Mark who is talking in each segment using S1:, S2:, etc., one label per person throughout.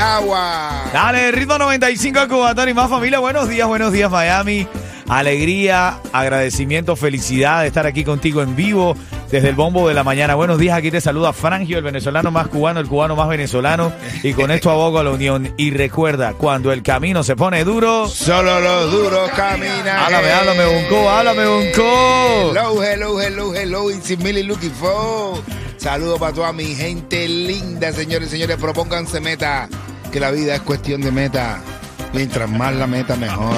S1: Agua.
S2: Dale, ritmo 95 Cubatón y más familia. Buenos días, buenos días Miami. Alegría, agradecimiento, felicidad de estar aquí contigo en vivo desde el bombo de la mañana. Buenos días, aquí te saluda Frangio, el venezolano más cubano, el cubano más venezolano. Y con esto abogo a la unión. Y recuerda, cuando el camino se pone duro,
S1: Solo los duros caminan.
S2: háblame, háblame, Bunco, háblame, Bunco.
S1: Hello, hello, hello, hello, it's Millie looking for. Saludos para toda mi gente linda, señores y señores. Propónganse meta, que la vida es cuestión de meta. Mientras más la meta, mejor.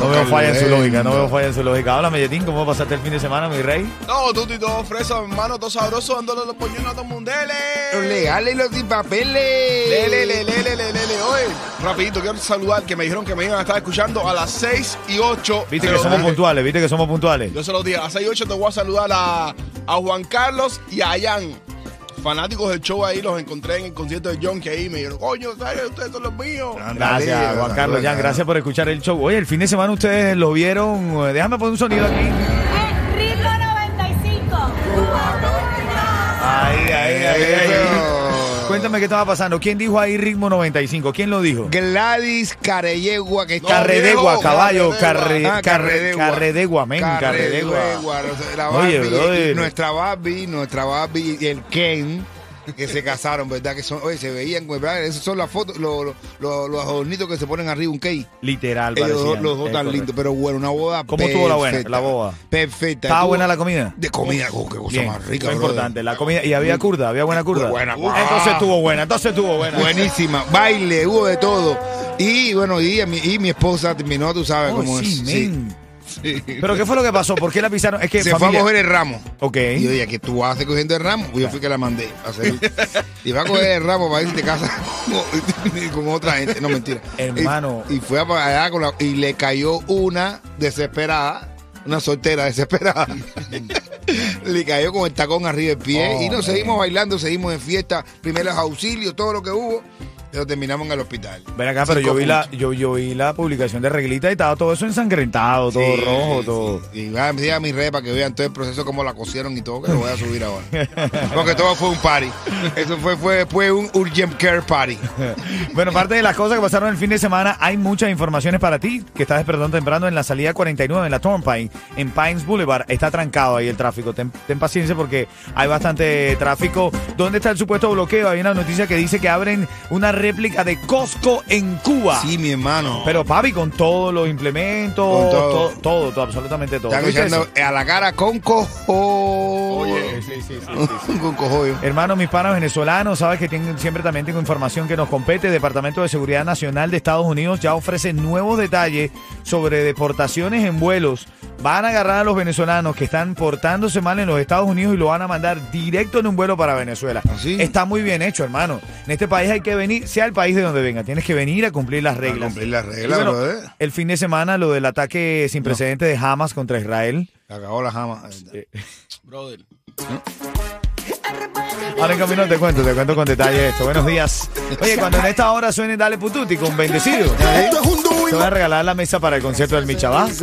S2: No veo falla en su lógica, no veo falla en su lógica. Háblame, Yetín, ¿cómo pasaste el fin de semana, mi rey?
S3: No, tú y todo fresa, hermano, todo sabroso, dándole los puñones a todo el mundo.
S1: Los
S3: Lele,
S1: legales y los sin papeles.
S3: lele, lele, lele, lele, lele. Oye, rapidito, quiero saludar que me dijeron que me iban a estar escuchando a las 6 y 8.
S2: Viste que somos puntuales, viste que somos puntuales.
S3: Yo se los dije, a las 6 y 8 te voy a saludar a, a Juan Carlos y a Jan. Fanáticos del show ahí, los encontré en el concierto de John que ahí me dijeron, coño, ¿sabes? Ustedes son los míos.
S2: Gracias, Juan Carlos, Jan, gracias por escuchar el show. Oye, el fin de semana ustedes lo vieron. eh, Déjame poner un sonido aquí.
S4: Es Ritmo 95.
S2: Ahí, ahí, ahí, ahí.
S1: Eso.
S2: Cuéntame qué estaba pasando. ¿Quién dijo ahí ritmo 95? ¿Quién lo dijo?
S1: Gladys Carellegua que está
S3: Carre-
S2: Carredegua,
S3: viejo,
S2: caballo, carre,
S3: Carredegua.
S1: Ah,
S2: carre,
S1: Carredegua.
S2: carredegua, men, carredegua.
S1: Carredegua, la
S2: Oye,
S1: Barbie,
S2: brother.
S1: nuestra Barbie, nuestra Barbie y el Ken que se casaron, ¿verdad? Que son, oye, se veían, pues, ¿verdad? Esas son las fotos, los, los, los, los adornitos que se ponen arriba un cake.
S2: Literal,
S1: Ellos dos-
S2: parecían.
S1: los dos
S2: Es
S1: tan
S2: correcto.
S1: lindos, pero bueno, una boda
S2: ¿Cómo estuvo la buena,
S1: perfecta.
S2: la boda?
S1: Perfecta.
S2: ¿Estaba
S1: estuvo-
S2: buena la comida?
S1: De comida, oh, qué cosa
S2: Bien,
S1: más rica,
S2: Lo
S1: brother.
S2: importante, la comida. Y había kurda, había buena kurda.
S1: Buena, guau.
S2: Entonces estuvo buena, entonces estuvo buena.
S1: Buenísima, baile, hubo de todo. Y bueno, y, a mi, y mi esposa terminó, tú sabes
S2: Oh,
S1: cómo
S2: sí,
S1: es. sí.
S2: men. Pero ¿qué fue lo que pasó? ¿Por qué la pisaron? Es que
S1: Se fue
S2: familia-
S1: a coger el ramo.
S2: Ok.
S1: Y yo dije, ¿qué tú haces cogiendo el ramo? Pues yo fui que la mandé a hacer. y va a coger el ramo para irte a casa con, con otra gente. No, mentira.
S2: Hermano.
S1: Y, y fue a- allá con la, y le cayó una desesperada, una soltera desesperada. le cayó con el tacón arriba del pie.
S2: Oh,
S1: y nos
S2: man.
S1: seguimos bailando, seguimos en fiesta, primeros auxilios, todo lo que hubo. Pero terminamos en el hospital.
S2: Ven acá, pero
S1: Cinco
S2: yo vi, la,
S1: puntos.
S2: yo, yo vi la publicación de Reglita y estaba todo eso ensangrentado, todo
S1: Sí,
S2: rojo,
S1: sí,
S2: todo.
S1: sí. Y va a enviar a mis redes para que vean todo el proceso, cómo la cosieron y todo, que lo voy a subir ahora. Porque todo fue un party. Eso fue, fue, fue un Urgent Care Party.
S2: Bueno, parte de las cosas que pasaron el fin de semana, hay muchas informaciones para ti que estás despertando temprano en la salida 49 en la Turnpike, en Pines Boulevard. Está trancado ahí el tráfico. Ten, ten paciencia porque hay bastante tráfico. ¿Dónde está el supuesto bloqueo? Hay una noticia que dice que abren una réplica de Costco en Cuba.
S1: Sí, mi hermano.
S2: Pero papi, con todos los implementos,
S1: Con todo.
S2: todo. Todo, todo, absolutamente todo.
S1: Están
S2: ¿Viste
S1: echando
S2: eso?
S1: a la cara con cojo.
S3: Oye,
S2: Sí, sí, sí.
S1: con cojoyo.
S2: Hermanos, mis panas venezolanos, sabes que tienen, siempre también tengo información que nos compete. Departamento de Seguridad Nacional de Estados Unidos ya ofrece nuevos detalles sobre deportaciones en vuelos. Van a agarrar a los venezolanos que están portándose mal en los Estados Unidos y lo van a mandar directo en un vuelo para Venezuela.
S1: ¿Ah, sí?
S2: Está muy bien hecho, hermano. En este país hay que venir, sea el país de donde venga, tienes que venir a cumplir las reglas.
S1: cumplir las reglas,
S2: Y
S1: brother.
S2: El fin de semana, lo del ataque sin precedentes de Hamas contra Israel.
S1: Acabó la jama.
S3: brother.
S2: Ahora en camino te cuento, te cuento con detalle esto. Buenos días. Oye, cuando en esta hora suene Dale Pututi con Bendecido,
S1: Esto es un
S2: te
S1: doing.
S2: voy a regalar la mesa para el concierto del Michabá.
S1: Vamos.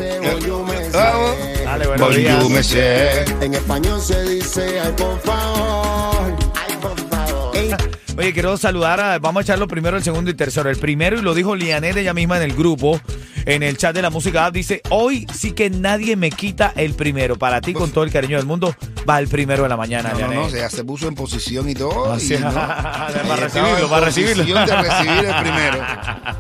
S2: Dale, buenos días.
S1: Volume C.
S5: En español se dice ay por favor, ay por favor. Ey,
S2: Oye, quiero saludar a. Vamos a echarlo primero, el segundo y tercero. El primero, y lo dijo Lianet ella misma en el grupo, en el chat de la música app, dice: Hoy sí que nadie me quita el primero. Para ti, con todo el cariño del mundo, va el primero de la mañana,
S1: No, no,
S2: Lianet.
S1: no, se, se puso en posición y todo.
S2: Así
S1: y,
S2: es.
S1: ¿no?
S2: Para
S1: Estaba
S2: recibirlo,
S1: en
S2: para recibirlo.
S1: posición de recibir el primero.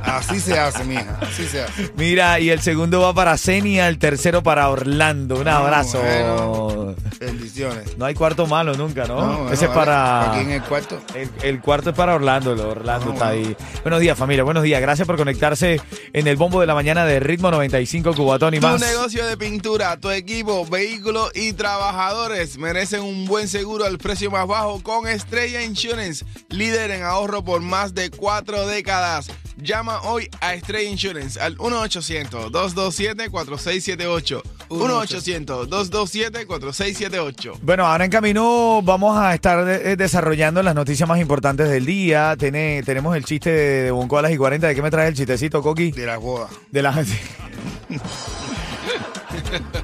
S1: Así se hace, mija. Así se hace.
S2: Mira, y el segundo va para Cenia, el tercero para Orlando. Un abrazo.
S1: bueno. Bendiciones.
S2: No hay cuarto malo nunca, ¿no?
S1: No, bueno,
S2: Oh, Ese es
S1: vale.
S2: para.
S1: Aquí en el cuarto.
S2: El, el cuarto es para Orlando, lo- Orlando está ahí. Buenos días, familia, buenos días. Gracias por conectarse en el bombo de la mañana de Ritmo 95 Cubatón y
S3: Tu
S2: más.
S3: negocio de pintura, tu equipo, vehículos y trabajadores merecen un buen seguro al precio más bajo con Estrella Insurance, líder en ahorro por más de cuatro décadas. Llama hoy a Stray Insurance al 1-800-227-4678. 1-800-227-4678.
S2: Bueno, ahora en camino vamos a estar eh, desarrollando las noticias más importantes del día. Tiene- tenemos el chiste de, de Bonco a las y 40. ¿De qué me traes el chistecito, Coqui?
S1: de la boda.
S2: De la...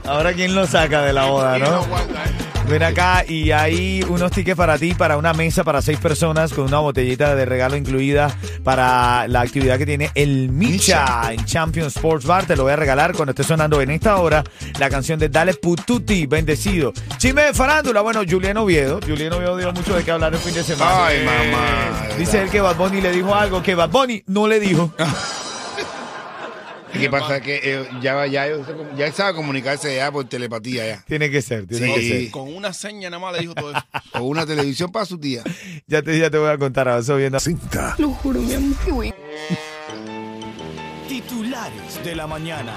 S2: ahora quién lo saca de la boda, ¿no?
S3: eh.
S2: Ven acá y hay unos tickets para ti, para una mesa para seis personas con una botellita de regalo incluida para la actividad que tiene el Micha en Champion Sports Bar. Te lo voy a regalar cuando esté sonando en esta hora la canción de Dale Pututi, bendecido. Chisme de farándula, bueno, Julián Oviedo. Julián Oviedo dio mucho de qué hablar el fin de semana.
S1: Ay, mamá.
S2: Dice él que Bad Bunny le dijo algo que Bad Bunny no le dijo.
S1: Ah. ¿Qué pasa? Que eh, ya, ya, ya él sabe comunicarse ya por telepatía ya.
S2: Tiene que ser, tiene
S1: Sí.
S2: que ser.
S3: Con una seña nada más le dijo todo eso.
S1: O una televisión para su tía.
S2: Ya te, ya te voy a contar, ahora estoy viendo.
S6: Lo juro, mi amor. Qué bueno.
S2: Titulares de la mañana.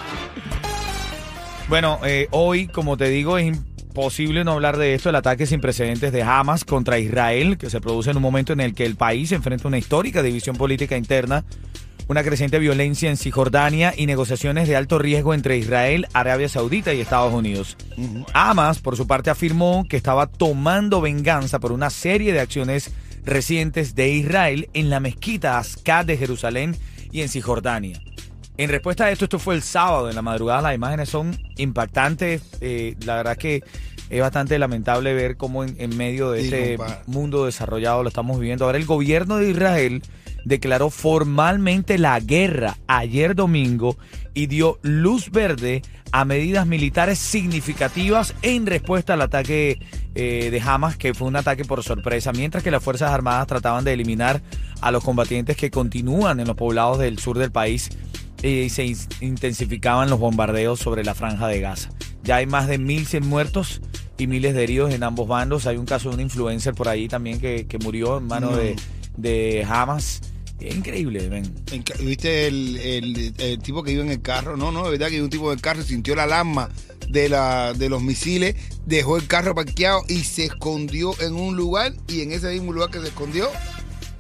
S2: Bueno, eh, hoy, como te digo, es imposible no hablar de esto, el ataque sin precedentes de Hamas contra Israel, que se produce en un momento en el que el país enfrenta una histórica división política interna, una creciente violencia en Cisjordania y negociaciones de alto riesgo entre Israel, Arabia Saudita y Estados Unidos. Hamas, por su parte, afirmó que estaba tomando venganza por una serie de acciones recientes de Israel en la mezquita Ascad de Jerusalén y en Cisjordania. En respuesta a esto, esto fue el sábado en la madrugada. Las imágenes son impactantes. Eh, la verdad es que es bastante lamentable ver cómo en, en medio de
S1: Sí,
S2: este
S1: compadre.
S2: mundo desarrollado lo estamos viviendo. Ahora el gobierno de Israel declaró formalmente la guerra ayer domingo y dio luz verde a medidas militares significativas en respuesta al ataque eh, de Hamas, que fue un ataque por sorpresa, mientras que las Fuerzas Armadas trataban de eliminar a los combatientes que continúan en los poblados del sur del país eh, y se in- intensificaban los bombardeos sobre la franja de Gaza. Ya hay más de 1.100 muertos y miles de heridos en ambos bandos. Hay un caso de un influencer por ahí también que, que murió en manos de, de Hamas. Es increíble, ven.
S1: En ca- ¿Viste el, el- el tipo que iba en el carro? No, no, de verdad que iba un tipo en el carro y sintió la alarma de, la, de los misiles, dejó el carro parqueado y se escondió en un lugar y en ese mismo lugar que se escondió,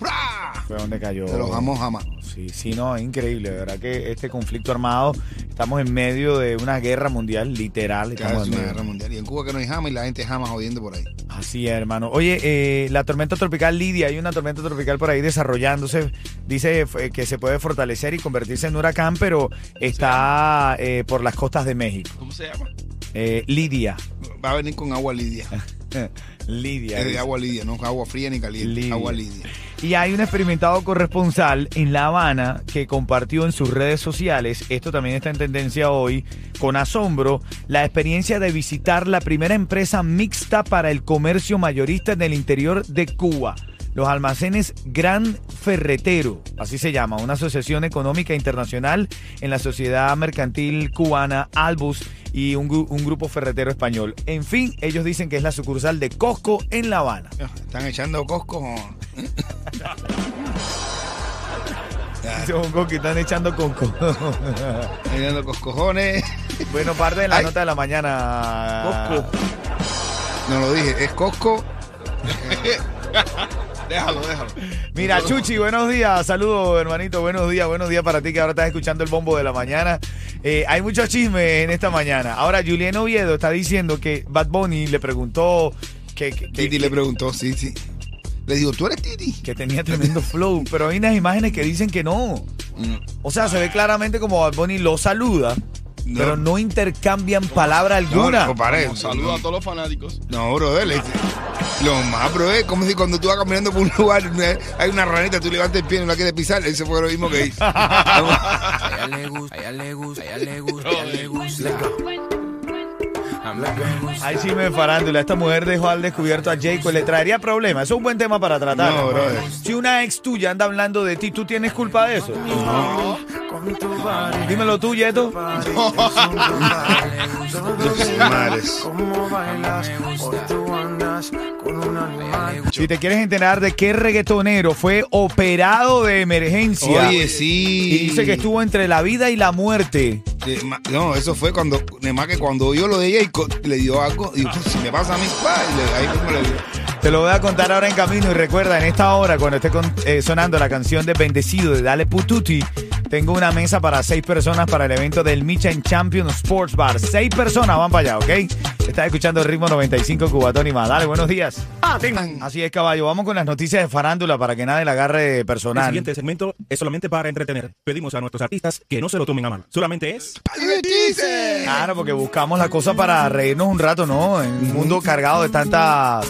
S1: ¡fra!
S2: Fue donde cayó.
S1: Se los amó jamás.
S2: Sí, sí, no, es increíble. De verdad que este conflicto armado, estamos en medio de una guerra mundial, literal.
S1: Cada
S2: estamos
S1: vez
S2: en
S1: una
S2: medio.
S1: guerra mundial. Y en Cuba que no hay jamás y la gente jamás jodiendo por ahí.
S2: Así es, hermano. Oye, eh, la tormenta tropical Lidia, hay una tormenta tropical por ahí desarrollándose. Dice eh, que se puede fortalecer y convertirse en huracán, pero está eh, por las costas de México.
S3: ¿Cómo se llama?
S2: Eh, Lidia.
S1: Va a venir con agua lidia.
S2: Lidia.
S1: Es de
S2: dice.
S1: agua lidia, no agua fría ni caliente.
S2: Lidia.
S1: Agua lidia.
S2: Y hay un experimentado corresponsal en La Habana que compartió en sus redes sociales, esto también está en tendencia hoy, con asombro, la experiencia de visitar la primera empresa mixta para el comercio mayorista en el interior de Cuba. Los almacenes Gran Ferretero, así se llama, una asociación económica internacional en la sociedad mercantil cubana Albus y un, gru- un grupo ferretero español. En fin, ellos dicen que es la sucursal de Costco en La Habana.
S1: Están echando cosco.
S2: Dice Bongo que están echando conco.
S1: Echando coscojones.
S2: bueno, parte de la
S1: Ay.
S2: nota de la mañana.
S1: No lo dije, es cosco.
S3: Déjalo, déjalo.
S2: Mira, Chuchi, buenos días. Saludos, hermanito. Buenos días, buenos días para ti que ahora estás escuchando el bombo de la mañana. Eh, hay mucho chisme en esta mañana. Ahora, Julián Oviedo está diciendo que Bad Bunny le preguntó que, que- que-
S1: Titi le preguntó, sí, sí. Le digo, ¿tú eres Titi?
S2: que tenía tremendo flow, pero hay unas imágenes que dicen que no.
S1: No.
S2: O sea, se ve claramente como Bad Bunny lo saluda, pero no intercambian palabra alguna.
S1: No, compadre,
S3: Como saludo a todos los fanáticos.
S1: No, brother. le- Lo más, brother. Como si cuando tú vas caminando por un lugar, eh, hay una ranita, tú levantas el pie y no la quieres pisar. Eso fue lo mismo que hizo.
S7: A ella le gusta, a ella le gusta, a ella le gusta, a ella le gusta. A mí me gusta.
S2: Ay, sí, me farándula. Esta mujer dejó al descubierto a Jacob. Le traería problemas. Eso es un buen tema para tratar.
S1: No, brother.
S2: Si una ex tuya anda hablando de ti, ¿tú tienes culpa de eso? Dímelo tú, Yeto.
S1: Madres.
S2: Si te quieres enterar de qué reggaetonero fue operado de emergencia
S1: Oye, sí.
S2: y dice que estuvo entre la vida y la muerte.
S1: De- ma- No, eso fue cuando, además que cuando yo lo de Jacob, le dio algo, y pues, si me pasa a mí, pa, y le- ahí mismo le dio.
S2: Te lo voy a contar ahora en camino y recuerda, en esta hora, cuando esté con- eh, sonando la canción de Bendecido de Dale Pututi, tengo una mesa para seis personas para el evento del Michan Champion Sports Bar. Seis personas van para allá, ¿ok? Estás escuchando el ritmo 95 Cubatón y más. Dale, buenos días.
S8: Ah,
S2: Así es, caballo. Vamos con las noticias de farándula para que nadie la agarre
S8: El
S2: personal.
S8: siguiente segmento es solamente para entretener. Pedimos a nuestros artistas que no se lo tomen a mal. Solamente es...
S2: Claro, porque buscamos la cosa para reírnos un rato, ¿no? En un mundo cargado de tanta,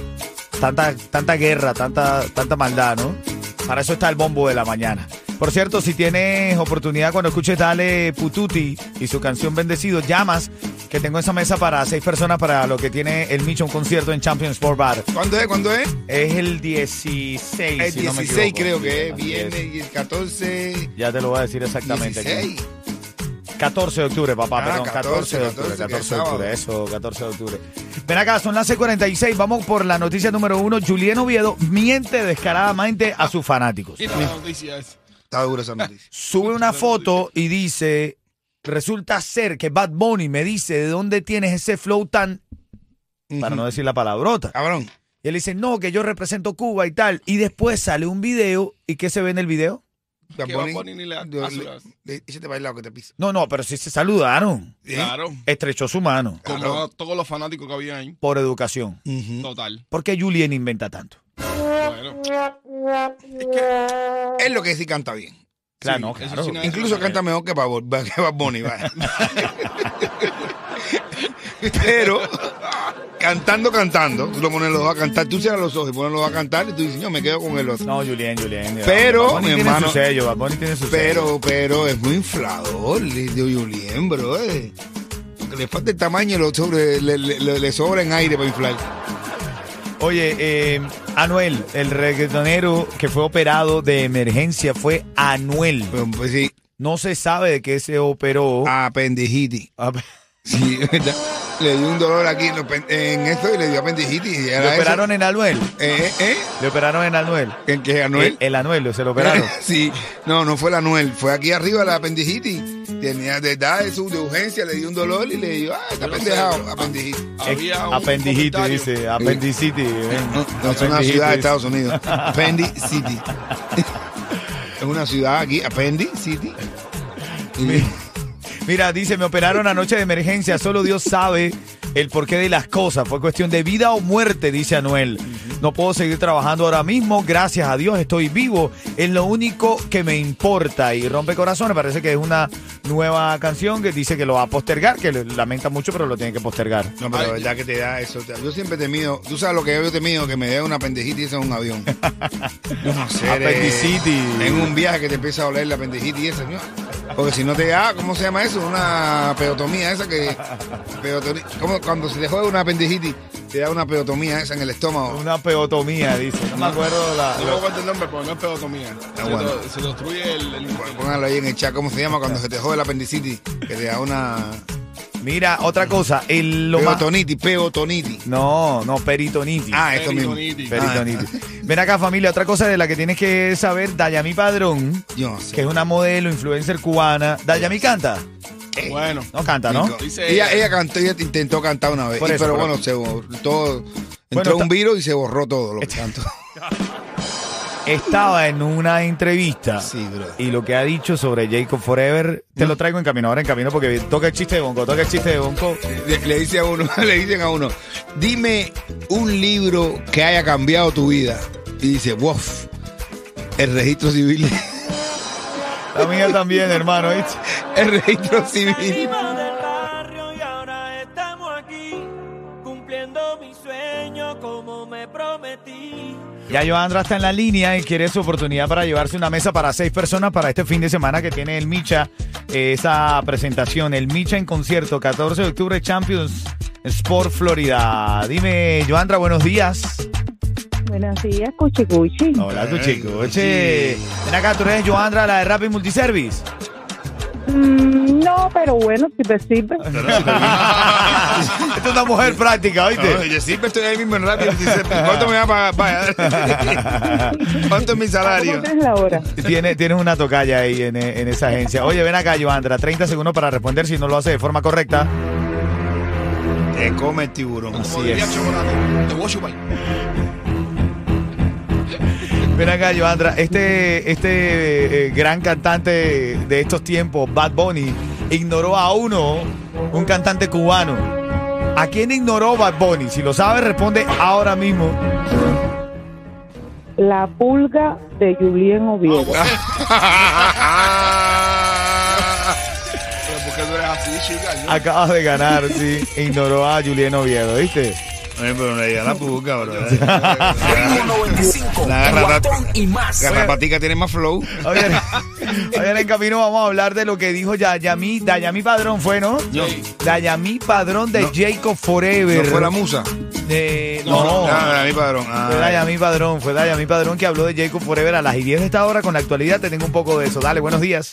S2: tanta, tanta guerra, tanta, tanta maldad, ¿no? Para eso está el bombo de la mañana. Por cierto, si tienes oportunidad cuando escuches Dale Pututi y su canción Bendecido, llamas que tengo esa mesa para seis personas para lo que tiene el Micho, un concierto en Champions Sport Bar.
S1: ¿Cuándo es? ¿Cuándo es?
S2: Es el 16,
S1: El
S2: si no me
S1: 16
S2: equivoco.
S1: creo que es.
S2: Así
S1: Viene y el 14.
S2: Ya te lo voy a decir exactamente.
S1: 16.
S2: 14 de octubre, papá,
S1: Ah,
S2: perdón, 14,
S1: 14
S2: de octubre,
S1: 14, que
S2: 14 de
S1: es
S2: octubre, eso, 14 de octubre. Ven acá, son las 6:46, vamos por la noticia número uno. Julián Oviedo miente descaradamente a sus fanáticos.
S3: Y la noticia es.
S1: Está dura esa noticia.
S2: Sube una foto y dice, resulta ser que Bad Bunny me dice, ¿de dónde tienes ese flow tan...? Para no decir la palabrota.
S1: Cabrón.
S2: Y él dice, no, que yo represento Cuba y tal. Y después sale un video, ¿y qué se ve en el video?
S1: Bad
S3: Que Bad
S1: Bunny-
S3: Bunny ni le-
S1: Yo-
S3: hace-
S1: le- le- Échate para el lado que te piso.
S2: No, no, pero sí se saludaron.
S3: Claro.
S2: Estrechó su mano,
S3: Como
S1: Claro. Mm.
S3: a todos los fanáticos que había ahí.
S2: por educación.
S3: Total.
S2: ¿Por qué Julián inventa tanto?
S3: Bueno.
S1: Es lo que sí canta bien.
S2: Claro,
S3: Sí,
S2: no,
S3: eso
S2: claro.
S3: sí no es-
S1: Incluso canta mejor que Bad que Bad Bunny. vaya. Pero cantando, cantando, tú lo pones los dos a cantar, tú cierras los ojos y pones los dos a cantar y tú dices, yo me quedo con el otro.
S2: No, Julián, Julián. ya.
S1: Pero,
S2: Bad Bunny
S1: mi
S2: tiene
S1: hermano-
S2: su sello, Bad Bunny tiene su sello.
S1: Pero, pero es muy inflador, le dio Julien, bro. eh. Lo que Le falta el tamaño, lo sobre, le, le- le- le sobra en aire para inflar.
S2: Oye, eh, Anuel, el reggaetonero que fue operado de emergencia fue Anuel.
S1: Pero, pues sí,
S2: No se sabe de qué se operó.
S3: Ah.
S1: apendijitis.
S2: Ah, pe-
S1: Sí, ¿verdad? Le dio un dolor aquí en, los pen- en esto y le dio apendijitis. y era
S2: ¿Le
S1: eso.
S2: operaron en Anuel?
S1: Eh, eh,
S2: ¿Le operaron en Anuel?
S1: eh, ¿En qué, Anuel?
S2: El, el Anuel, se lo operaron.
S1: sí, no, no fue la Anuel, fue aquí arriba la apendijitis. Tenía de edad de, su, de urgencia, le dio un dolor y le dijo, ah, está
S3: Yo no sé,
S1: pendejado,
S3: pero-
S1: apendijitis.
S2: Es-
S3: Había un
S2: Apendijitis,
S3: comentario.
S2: dice. Apendicitis. eh.
S1: No, no, es una
S2: Apendicitis.
S1: ciudad de Estados Unidos, Appendi City. es una ciudad aquí, Appendi City. Y-
S2: Mira, dice, me operaron anoche de emergencia, solo Dios sabe el porqué de las cosas. Fue cuestión de vida o muerte, dice Anuel. No puedo seguir trabajando ahora mismo, gracias a Dios estoy vivo, es lo único que me importa. Y Rompe Corazones parece que es una nueva canción que dice que lo va a postergar, que lo lamenta mucho, pero lo tiene que postergar.
S1: No, pero la verdad que te da eso. te- Yo siempre temido, tú sabes lo que yo temido, que me dé una apendijitis en un avión. Yo no sé. eres-
S2: Apendicitis.
S1: En un viaje que te empieza a oler la apendijitis esa, ¿no? Porque si no te da, ¿cómo se llama eso? Una peotomía esa que... peotomía- ¿cómo? Cuando se te juega una apendijitis, te da una peotomía esa en el estómago.
S2: Una peotomía, dice. No me acuerdo la...
S3: No me acuerdo el nombre, pero no es pedotomía. Se,
S1: Ah, bueno.
S3: do- se destruye el. el-
S1: Póngalo ahí en el chat, ¿cómo se llama? Cuando se te jode la apendicitis, que te da una...
S2: Mira, otra cosa, el lo más...
S1: Peotonitis, peotonitis.
S2: No, no, peritonitis.
S1: Ah, esto mismo.
S3: peritonitis.
S2: Peritonitis. Ven acá, familia, otra cosa de la que tienes que saber, Dayami Padrón,
S1: Yo no sé.
S2: que es una modelo, influencer cubana. Dayami canta.
S3: Bueno.
S2: No canta, ¿no?
S3: Dice-
S1: Ella, ella cantó, ella intentó cantar una vez,
S2: Por
S1: y-
S2: eso,
S1: pero
S2: por
S1: bueno, se borró todo.
S2: Bueno,
S1: Entró
S2: está-
S1: un virus y se borró todo lo que cantó.
S2: Estaba en una entrevista.
S1: Sí, bro.
S2: Y lo que ha dicho sobre Jacob Forever, te lo traigo en camino, ahora en camino, porque toca el chiste de Bonco, toca el chiste de Bonco.
S1: Le, le dice a uno, le dicen a uno, dime un libro que haya cambiado tu vida. Y dice, wow, el registro civil.
S2: La mía también, hermano, ¿viste?
S1: El registro civil.
S9: Salimos del barrio y ahora estamos aquí, cumpliendo mi sueño como me prometí.
S2: Ya Joandra está en la línea y quiere su oportunidad para llevarse una mesa para seis personas para este fin de semana que tiene el Micha, eh, esa presentación, el Micha en concierto, 14 de octubre, Champions Sport Florida. Dime, Joandra, buenos días.
S6: Buenos días, Cuchicuchi.
S2: Hola, tu chico. Oye, ven acá, tú eres Joandra, la de Rapid Multiservice.
S6: Mm, no, pero bueno, si te sirve.
S2: Esta es una mujer práctica,
S1: No,
S2: ¿oíste?
S1: yo siempre estoy ahí mismo en rápido. Dice, ¿cuánto me va a pagar? Vaya. ¿Cuánto es mi salario?
S6: ¿Cómo tienes la hora?
S2: Tiene, tienes una tocalla ahí en, eh, en esa agencia. Oye, ven acá, Joandra, 30 segundos para responder si no lo hace de forma correcta.
S1: Te come el tiburón.
S2: Así
S3: Como diría
S2: es.
S3: Chocolate, Te voy a chupar.
S2: Ven acá, Joandra. Este, este eh, gran cantante de estos tiempos, Bad Bunny, ignoró a uno, un cantante cubano. ¿A quién ignoró Bad Bunny? Si lo sabe, responde ahora mismo.
S6: La pulga de Julien Oviedo.
S3: Pero ¿por qué tú eres así, chica? Yo-
S2: Acabas de ganar, sí. Ignoró a Julián Oviedo, ¿viste?
S1: Oye, pero no le digas la puca, bro.
S7: Ritmo 95,
S1: La garrapata-
S7: Cuatón y más.
S1: Garrapatica tiene más flow.
S2: Oye, oye, en el camino vamos a hablar de lo que dijo Dayami. Dayami Padrón fue, ¿no? Dayami Padrón de Jacob
S1: ¿No
S2: Forever.
S1: fue la musa?
S2: Eh, no,
S1: Ah, a mí, padrón. Ah.
S2: Fue Dayami Padrón, fue Dayami Padrón que habló de Jacob Forever a las 10 de esta hora. Con la actualidad te tengo un poco de eso. Dale, buenos días.